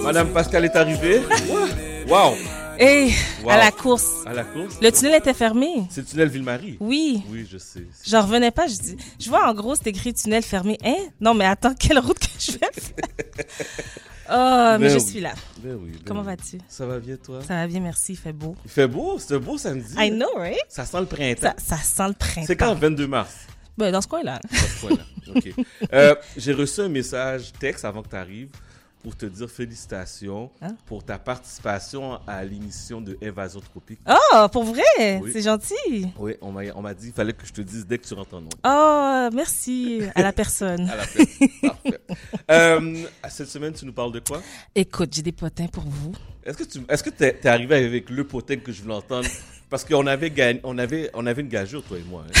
Madame Pascal est arrivée. Waouh! Hey, Wow. à la course. À la course. Le tunnel était fermé. C'est le tunnel Ville-Marie. Oui. Oui, je sais. J'en revenais pas. Je, dis, je vois en gros, c'est écrit tunnel fermé. Hein? Non, mais attends, quelle route que je vais faire? Oh, mais Ben je oui. suis là. Ben oui. ben Comment oui. vas-tu? Ça va bien, toi? Ça va bien, merci. Il fait beau. Il fait beau, c'est un beau samedi. I know, right? Ça sent le printemps. Ça, ça sent le printemps. C'est quand? 22 mars. Ben, dans ce coin-là. Voilà. OK. Euh, J'ai reçu un message texte avant que tu arrives pour te dire félicitations Hein? pour ta participation à l'émission de Évasion Tropique. Oh, pour vrai? Oui. C'est gentil. Oui, on m'a on m'a dit qu'il fallait que je te dise dès que tu rentres en nom. Oh, merci à la personne. À la place. Parfait. Euh, cette semaine, tu nous parles de quoi? Écoute, j'ai des potins pour vous. Est-ce que tu est-ce que t'es t'es arrivé avec le potin que je voulais entendre? Parce qu'on avait, gagné- on avait, on avait une gageure, toi et moi. hein.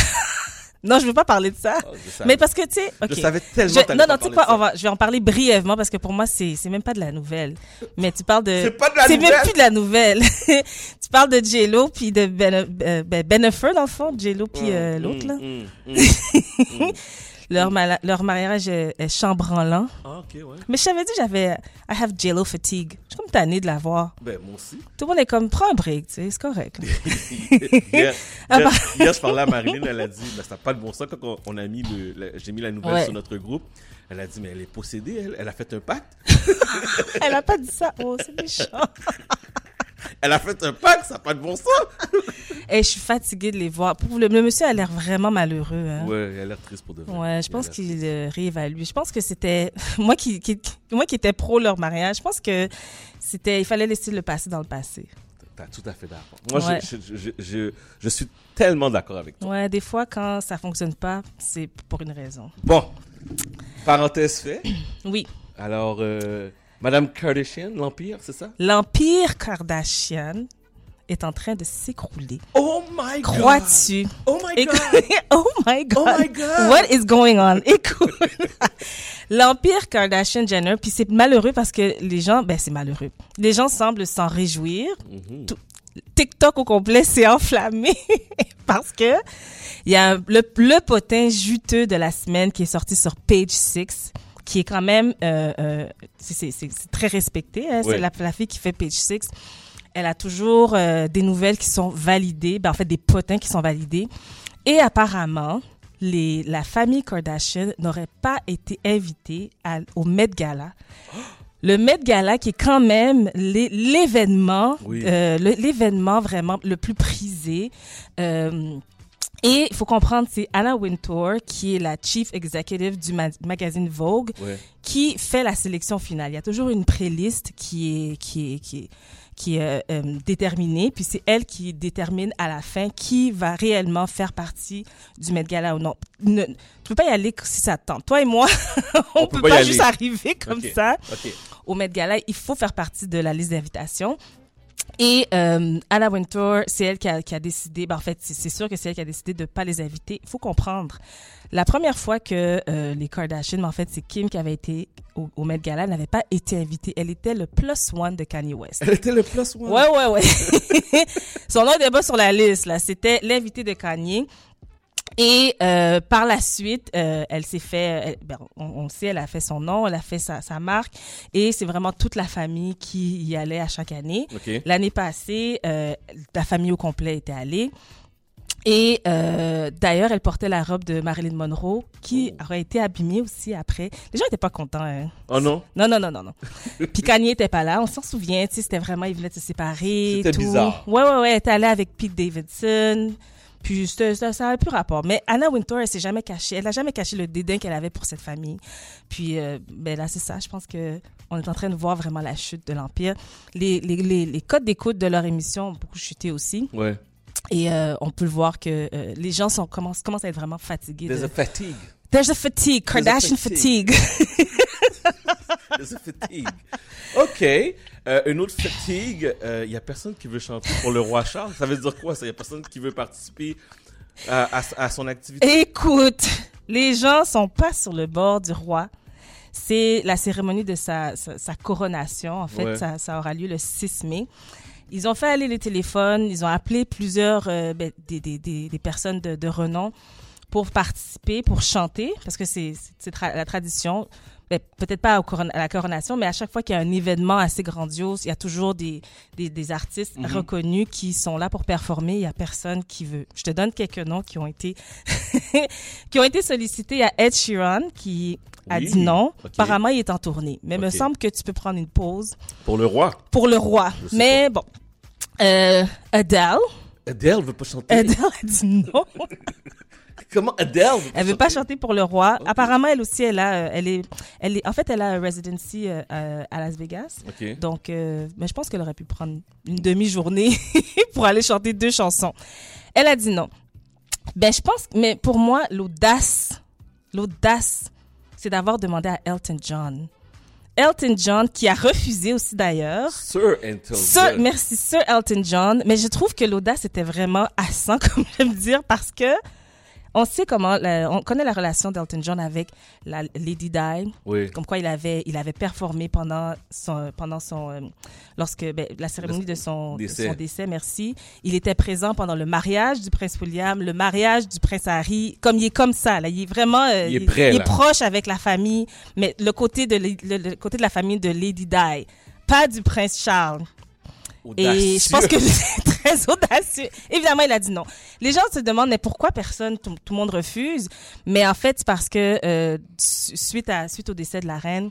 Non, je veux pas parler de ça. Ah, je savais. Mais parce que, tu sais, ok. Je savais tellement Je- que t'allais non, non, pas tu sais parler quoi, de ça. on va, je vais en parler brièvement parce que pour moi, c'est, c'est même pas de la nouvelle. Mais tu parles de. C'est pas de la C'est nouvelle? même plus de la nouvelle. tu parles de J-Lo puis de ben, euh, ben, Bennifer, dans le fond. J-Lo puis euh, Mm, l'autre, là. mm, mm. Leur, mala- leur mariage est, est chambranlant. Ah, ok, ouais. Mais je t'avais dit, j'avais. I have J-Lo fatigue. Je suis comme tannée de la voir. Ben, moi aussi. Tout le monde est comme, prends un break, tu sais, c'est correct. hier, Ah hier- bah. hier, je parlais à Marilyn, elle a dit, mais ça n'a pas de bon sens quand on, on a mis le, la- j'ai mis la nouvelle Ouais. sur notre groupe. Elle a dit, mais elle est possédée, elle, elle a fait un pacte. Elle a pas dit ça. Oh, c'est méchant. Elle a fait un pacte, ça n'a pas de bon sens. Et Eh, je suis fatiguée de les voir. Pour le, le monsieur a l'air vraiment malheureux. Hein. Ouais, elle a l'air triste pour de vrai. Ouais, je Elle pense a- qu'ils le réévaluent. Je pense que c'était moi qui, qui- moi qui étais pro leur mariage. Je pense que c'était il fallait laisser le passé dans le passé. T'as tout à fait d'accord. Moi, je- Ouais. je, je, je, je- je suis tellement d'accord avec toi. Ouais, des fois quand ça fonctionne pas, c'est pour une raison. Bon, parenthèse faite. Oui, Alors, euh, Madame Kardashian, l'Empire, c'est ça? l'empire Kardashian est en train de s'écrouler. Oh my God! Crois-tu Oh my Écoute- God! oh my god. Oh my God. What is going on? Écoute. L'empire Kardashian Jenner, puis c'est malheureux parce que les gens, ben c'est malheureux. Les gens semblent s'en réjouir. Tout- TikTok au complet s'est enflammé parce que il y a un- le, le potin juteux de la semaine qui est sorti sur Page 6 qui est quand même euh, euh, c'est- c'est c'est- c'est très respecté hein. Oui. c'est la, la fille qui fait Page 6 elle a toujours euh, des nouvelles qui sont validées, ben, en fait des potins qui sont validés. Et apparemment, les, la famille Kardashian n'aurait pas été invitée à- au Met Gala. Le Met Gala qui est quand même l'é- l'événement, Oui. euh, le- l'événement vraiment le plus prisé. Euh, et il faut comprendre, c'est Anna Wintour qui est la chief executive du ma- magazine Vogue Ouais. qui fait la sélection finale. Il y a toujours une préliste qui est qui est qui est, qui est, euh, euh, déterminée, puis c'est elle qui détermine à la fin qui va réellement faire partie du Met Gala ou non. Ne, tu peux pas y aller si ça te tente. Toi et moi, on, peut, pas, y juste aller. arriver comme Ok. ça OK. au Met Gala, il faut faire partie de la liste d'invitations. Et euh, Anna Wintour, c'est elle qui a, qui a décidé, ben, en fait, c'est c'est sûr que c'est elle qui a décidé de ne pas les inviter. Il faut comprendre. La première fois que euh, les Kardashians, mais en fait, c'est Kim qui avait été au, au Met Gala, elle n'avait pas été invitée. Elle était le plus one de Kanye West. Elle était le plus one. Ouais, ouais, ouais. Son nom était pas sur la liste, là. C'était l'invité de Kanye. Et euh, par la suite, euh, elle s'est fait, elle- ben, on, on le sait, elle a fait son nom, elle a fait sa, sa marque, et c'est vraiment toute la famille qui y allait à chaque année. OK. L'année passée, euh, la famille au complet était allée. Et euh, d'ailleurs, elle portait la robe de Marilyn Monroe, qui aurait été abîmée aussi après. Les gens n'étaient pas contents. hein. Oh non? Non, non, non, non, non. Puis Kanye était pas là, on s'en souvient, tu sais, c'était vraiment, ils venaient de se séparer. C'était tout. bizarre. Ouais, ouais, ouais, elle était allée avec Pete Davidson. Puis c'était- ça ça avait plus rapport. Mais Anna Wintour, elle s'est jamais cachée. Elle n'a jamais caché le dédain qu'elle avait pour cette famille. Puis euh, ben là, c'est ça. Je pense que on est en train de voir vraiment la chute de l'Empire. Les, les, les, les codes d'écoute de leur émission ont beaucoup chuté aussi. Ouais. Et euh, on peut le voir que euh, les gens sont, commencent, commencent à être vraiment fatigués. There's de- a fatigue. There's a fatigue, There's a Kardashian fatigue. fatigue. There's a fatigue. OK. Euh, une autre fatigue, il n'y a personne qui veut chanter pour le roi Charles. Ça veut dire quoi, ça? Il n'y a personne qui veut participer à, à- à son activité. Écoute, les gens sont pas sur le bord du roi. C'est la cérémonie de sa, sa, sa coronation. En fait, Ouais. ça, ça aura lieu le 6 mai. Ils ont fait aller les téléphones, ils ont appelé plusieurs euh, ben, des, des, des, des personnes de, de renom pour participer, pour chanter, parce que c'est c'est tra- la tradition. ben, peut-être pas au coron- à la coronation, mais à chaque fois qu'il y a un événement assez grandiose, il y a toujours des, des, des artistes Mm-hmm. reconnus qui sont là pour performer. Il y a personne qui veut. Je te donne quelques noms qui ont été, qui ont été sollicités. Il y a Ed Sheeran qui a Oui, dit non. ok. Apparemment, il est en tournée. Mais il me Ok. semble que tu peux prendre une pause Pour le roi. pour le roi. sais Mais bon. Euh, Adele. Adele veut pas chanter. Adele a dit non. Comment Adele veut Elle veut pas chanter pour le roi. Apparemment, elle aussi, elle a, euh, elle est, elle est, en fait, elle a un residency euh, euh, à Las Vegas. chanter? Ok. Donc, euh, mais je pense qu'elle aurait pu prendre une demi-journée pour aller chanter deux chansons. Elle a dit non. Ben, je pense, mais pour moi, l'audace, l'audace, c'est d'avoir demandé à Elton John. Elton John, qui a refusé aussi d'ailleurs. Sir Elton Sir- John. merci, Sir Elton John. Mais je trouve que l'audace était vraiment à 100, comme j'aime dire, parce que on sait comment, la- on connaît la relation d'Elton John avec la Lady Di, Oui. comme quoi il avait, il avait performé pendant son, pendant son, euh, lorsque ben, la cérémonie de son de décès. son décès, merci. Il était présent pendant le mariage du prince William, le mariage du prince Harry. Comme il est comme ça, là, il est vraiment, euh, Il est prêt, il est là. proche avec la famille, mais le côté de la- le- le côté de la famille de Lady Di, pas du prince Charles. Et je pense que c'est très audacieux. Évidemment, il a dit non. Les gens se demandent, mais pourquoi personne, tout, tout le monde refuse? Mais en fait, c'est parce que euh, su- suite, à, suite au décès de la reine,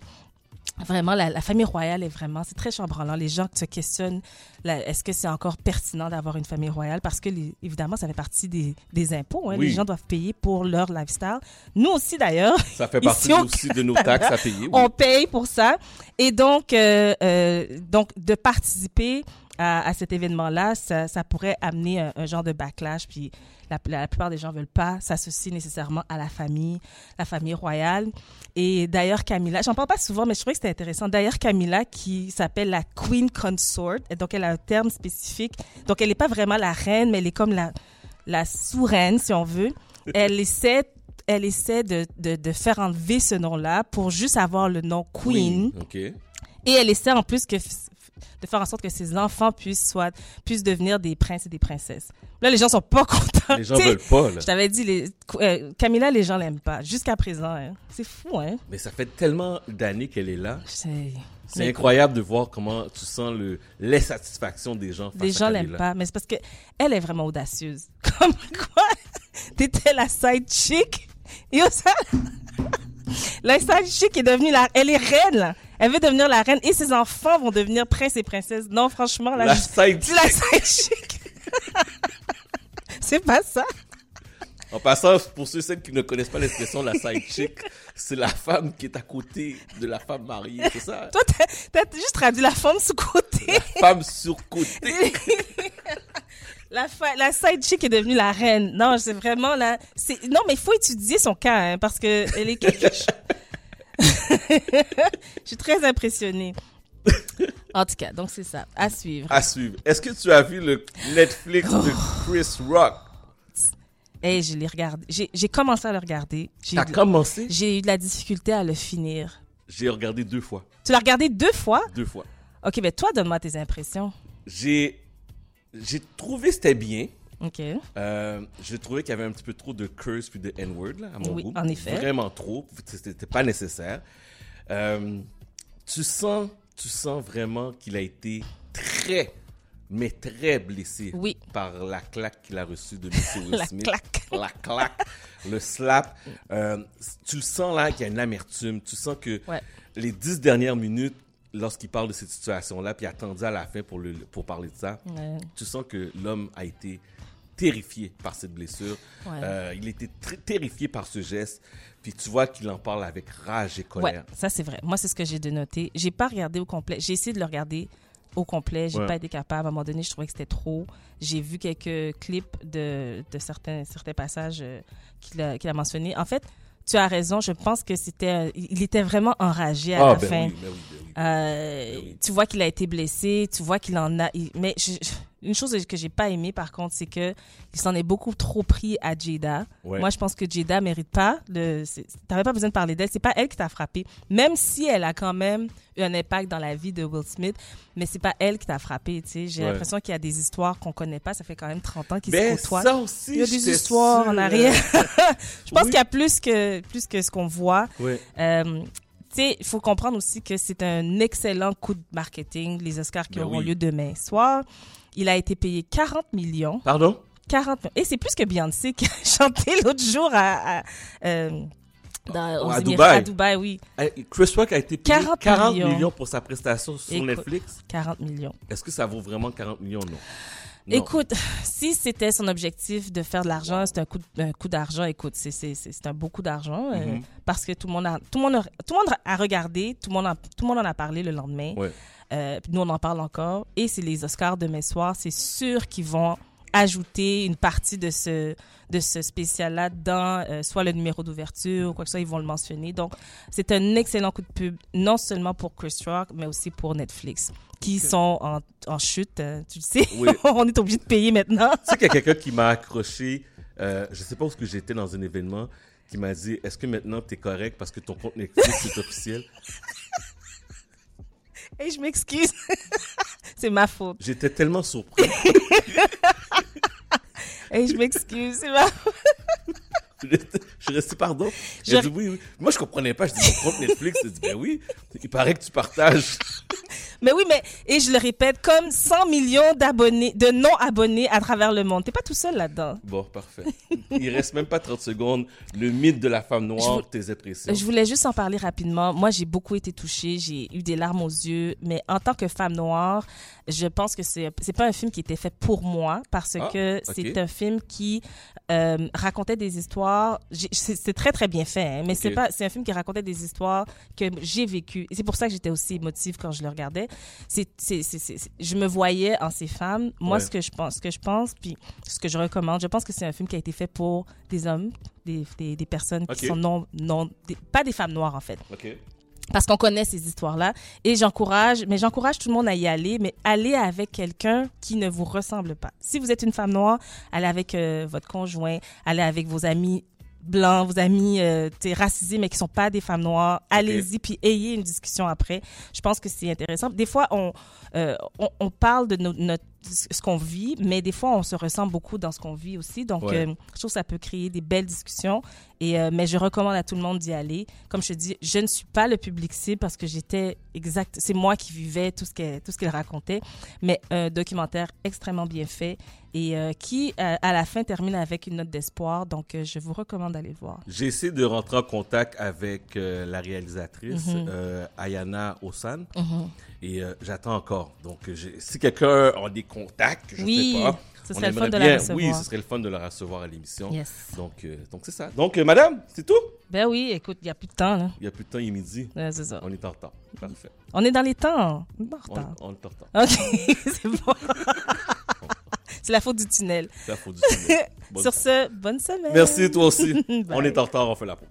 Vraiment, la, la famille royale est vraiment, c'est très chambranlant. Les gens se questionnent, là, est-ce que c'est encore pertinent d'avoir une famille royale? Parce que, les- évidemment, ça fait partie des, des impôts. hein. Oui. Les gens doivent payer pour leur lifestyle. Nous aussi, d'ailleurs, Ça fait Ici, partie au aussi de nos taxes à payer. oui. on paye pour ça. Et donc, euh, euh, donc de participer à, à cet événement-là, ça, ça pourrait amener un, un genre de backlash. Puis la, la plupart des gens veulent pas s'associer nécessairement à la famille, la famille royale. Et d'ailleurs, Camilla, j'en parle pas souvent, mais je trouvais que c'était intéressant. D'ailleurs, Camilla, qui s'appelle la Queen Consort, et donc elle a un terme spécifique. Donc, elle n'est pas vraiment la reine, mais elle est comme la, la souveraine, si on veut. Elle essaie, elle essaie de, de, de faire enlever ce nom-là pour juste avoir le nom Queen. Ok. Et elle essaie en plus que, f- de faire en sorte que ses enfants puissent, soit, puissent devenir des princes et des princesses. Là, les gens sont pas contents. Les gens Tu sais, veulent pas, là. Je t'avais dit, les, euh, Camilla, les gens l'aiment pas. Jusqu'à présent, hein. c'est fou, hein? Mais ça fait tellement d'années qu'elle est là. C'est- C'est incroyable de voir comment tu sens le l'insatisfaction des gens. Face Les gens à l'aiment Camilla. pas, mais c'est parce que elle est vraiment audacieuse. Comme quoi, t'étais la side chick. Yo, ça, la side chick est devenue la, elle est reine, là. Elle veut devenir la reine et ses enfants vont devenir princes et princesses. Non, franchement, là, La je- side dis la side chick. c'est pas ça. En passant, pour ceux et celles qui ne connaissent pas l'expression la side chick, c'est la femme qui est à côté de la femme mariée, c'est ça? Toi, t'as- t'as juste traduit la femme sous côté. Femme sur côté. La, fa- la side chick est devenue la reine. Non, c'est vraiment là. C'est non, mais il faut étudier son cas hein, parce que elle est quelque chose. Je suis très impressionnée. En tout cas, donc c'est ça. À suivre. À suivre. Est-ce que tu as vu le Netflix de Chris Rock? Et Eh, je l'ai regardé. J'ai j'ai commencé à le regarder. J'ai eu T'as de- commencé? Oh. J'ai eu de la difficulté à le finir. J'ai regardé deux fois. Tu l'as regardé deux fois Deux fois. Ok, ben toi, donne-moi tes impressions. J'ai, j'ai trouvé que c'était bien. Ok. Euh, j'ai trouvé qu'il y avait un petit peu trop de curse puis de N-word, là, à mon Oui, goût. en effet. Vraiment trop. C'était pas nécessaire. Euh, tu sens, tu sens vraiment qu'il a été très, mais très blessé Oui. par la claque qu'il a reçue de M. Will La Smith. claque. La claque, le slap. Euh, tu le sens là qu'il y a une amertume. Tu sens que Ouais. les dix dernières minutes, lorsqu'il parle de cette situation-là, puis attendu à la fin pour, le, pour parler de ça, Ouais. tu sens que l'homme a été terrifié par cette blessure. Ouais. Euh, il était tr- terrifié par ce geste. Puis tu vois qu'il en parle avec rage et Ouais, colère. ça c'est vrai. Moi, c'est ce que j'ai dénoté. J'ai pas regardé au complet. J'ai essayé de le regarder au complet. J'ai Ouais. pas été capable. À un moment donné, je trouvais que c'était trop. J'ai vu quelques clips de, de certains, certains passages euh, qu'il a, qu'il a mentionnés. En fait, tu as raison. Je pense que c'était. euh, Il était vraiment enragé à Ah, la ben fin. oui, ben oui, ben oui. Euh, tu vois qu'il a été blessé, tu vois qu'il en a. il- mais je- je- une chose que j'ai pas aimé par contre, c'est que il s'en est beaucoup trop pris à Jada. Ouais. Moi, je pense que Jada mérite pas. Le, c'est- t'avais pas besoin de parler d'elle. C'est pas elle qui t'a frappé, même si elle a quand même eu un impact dans la vie de Will Smith. Mais c'est pas elle qui t'a frappé. tu sais. j'ai Ouais. l'impression qu'il y a des histoires qu'on connaît pas. Ça fait quand même 30 ans qu'ils Ben, se côtoient. ça aussi, Il y a des j'étais histoires sûr, en hein. arrière. je Oui. pense qu'il y a plus que plus que ce qu'on voit. Ouais. Euh, tu sais, il faut comprendre aussi que c'est un excellent coup de marketing, les Oscars qui Ben auront oui. lieu demain soir. Il a été payé 40 millions. Pardon? 40 millions. Et c'est plus que Beyoncé qui a chanté l'autre jour à, à, euh, dans- aux À Émirats- Dubaï. à Dubaï, oui. Hey, Eh, Chris Rock a été payé 40 40, millions. millions. pour sa prestation sur Écoute. Netflix. 40 millions. Est-ce que ça vaut vraiment 40 millions? Non. Non. Écoute, si c'était son objectif de faire de l'argent, c'est un coup, de- un coup d'argent. Écoute, c'est- c'est c'est- c'est un beau coup d'argent euh, Mhm. parce que tout le monde a tout le monde a, tout le monde a regardé, tout le monde en- tout le monde en a parlé le lendemain. Ouais. Euh, puis nous on en parle encore et c'est les Oscars demain soir. C'est sûr qu'ils vont ajouter une partie de ce de ce spécial là dans euh, soit le numéro d'ouverture ou quoi que ce soit ils vont le mentionner donc c'est un excellent coup de pub non seulement pour Chris Rock mais aussi pour Netflix qui sont en, en chute euh, tu le sais Oui. on est obligé de payer maintenant Tu sais qu'il y a quelqu'un qui m'a accroché, euh, je sais pas où est-ce que j'étais dans un événement, qui m'a dit Est-ce que maintenant t'es correct parce que ton compte Netflix est officiel et je m'excuse c'est ma faute J'étais tellement surpris. et je m'excuse c'est ma faute. je suis resté pardon. Je- J'ai dit oui, oui. Moi, je comprenais pas. Je dis mon compte Netflix. Je dis ben oui, il paraît que tu partages. mais oui mais et je le répète comme 100 millions d'abonnés de non abonnés à travers le monde t'es pas tout seul là dedans Bon, parfait. Il reste même pas 30 secondes. Le mythe de la femme noire, Je vous- tes impressions. Je voulais juste en parler rapidement. Moi, j'ai beaucoup été touchée, j'ai eu des larmes aux yeux, mais en tant que femme noire, je pense que c'est c'est pas un film qui était fait pour moi parce Ah, que ok. c'est un film qui euh, racontait des histoires. j'ai- C'est c'est très très bien fait, hein, mais c'est Ok. pas c'est un film qui racontait des histoires que j'ai vécues. Et C'est pour ça que j'étais aussi émotive quand je le regardais. C'est c'est- c'est- c'est- c'est- je me voyais en ces femmes. Moi, Ouais. ce que je pense, ce que je pense, puis ce que je recommande, je pense que c'est un film qui a été fait pour des hommes, des, des, des personnes qui Ok. sont non, non, des- pas des femmes noires en fait, Ok. parce qu'on connaît ces histoires-là. Et j'encourage, mais j'encourage tout le monde à y aller, mais allez avec quelqu'un qui ne vous ressemble pas. Si vous êtes une femme noire, allez avec euh, votre conjoint, allez avec vos amis blancs, vos amis euh, t'sais, racisés, mais qui sont pas des femmes noires. Allez-y, puis ayez une discussion après. Je pense que c'est intéressant. Des fois, on, euh, on, on parle de no- notre ce qu'on vit, mais des fois, on se ressent beaucoup dans ce qu'on vit aussi. Donc, Ouais. euh, je trouve que ça peut créer des belles discussions. Et, euh, mais je recommande à tout le monde d'y aller. Comme je te dis, je ne suis pas le public cible parce que j'étais exact. C'est moi qui vivais tout ce qu'elle tout ce qu'elle racontait. Mais un documentaire extrêmement bien fait et euh, qui, euh, à la fin, termine avec une note d'espoir. Donc, euh, je vous recommande d'aller le voir. J'ai essayé de rentrer en contact avec euh, la réalisatrice Mhm. euh, Ayana Osan et euh, j'attends encore. Donc, euh, j'ai- si quelqu'un en des contacts, je Oui, sais pas. ce on serait le fun aimerait de la bien- recevoir. Oui, ce serait le fun de la recevoir à l'émission. Yes. Donc, euh, donc c'est ça. Donc, euh, madame, c'est tout. Ben oui, écoute, il n'y a plus de temps. Là. Il y a plus de temps, il est midi. Ouais, c'est ça. On est en retard. Parfait. On est dans les temps. On est en On, retard. on est en retard. OK, c'est bon. c'est la faute du tunnel. C'est la faute du tunnel. Bonne- Sur ce, bonne semaine. Merci, toi aussi. Bye. on est en retard, on fait la peau.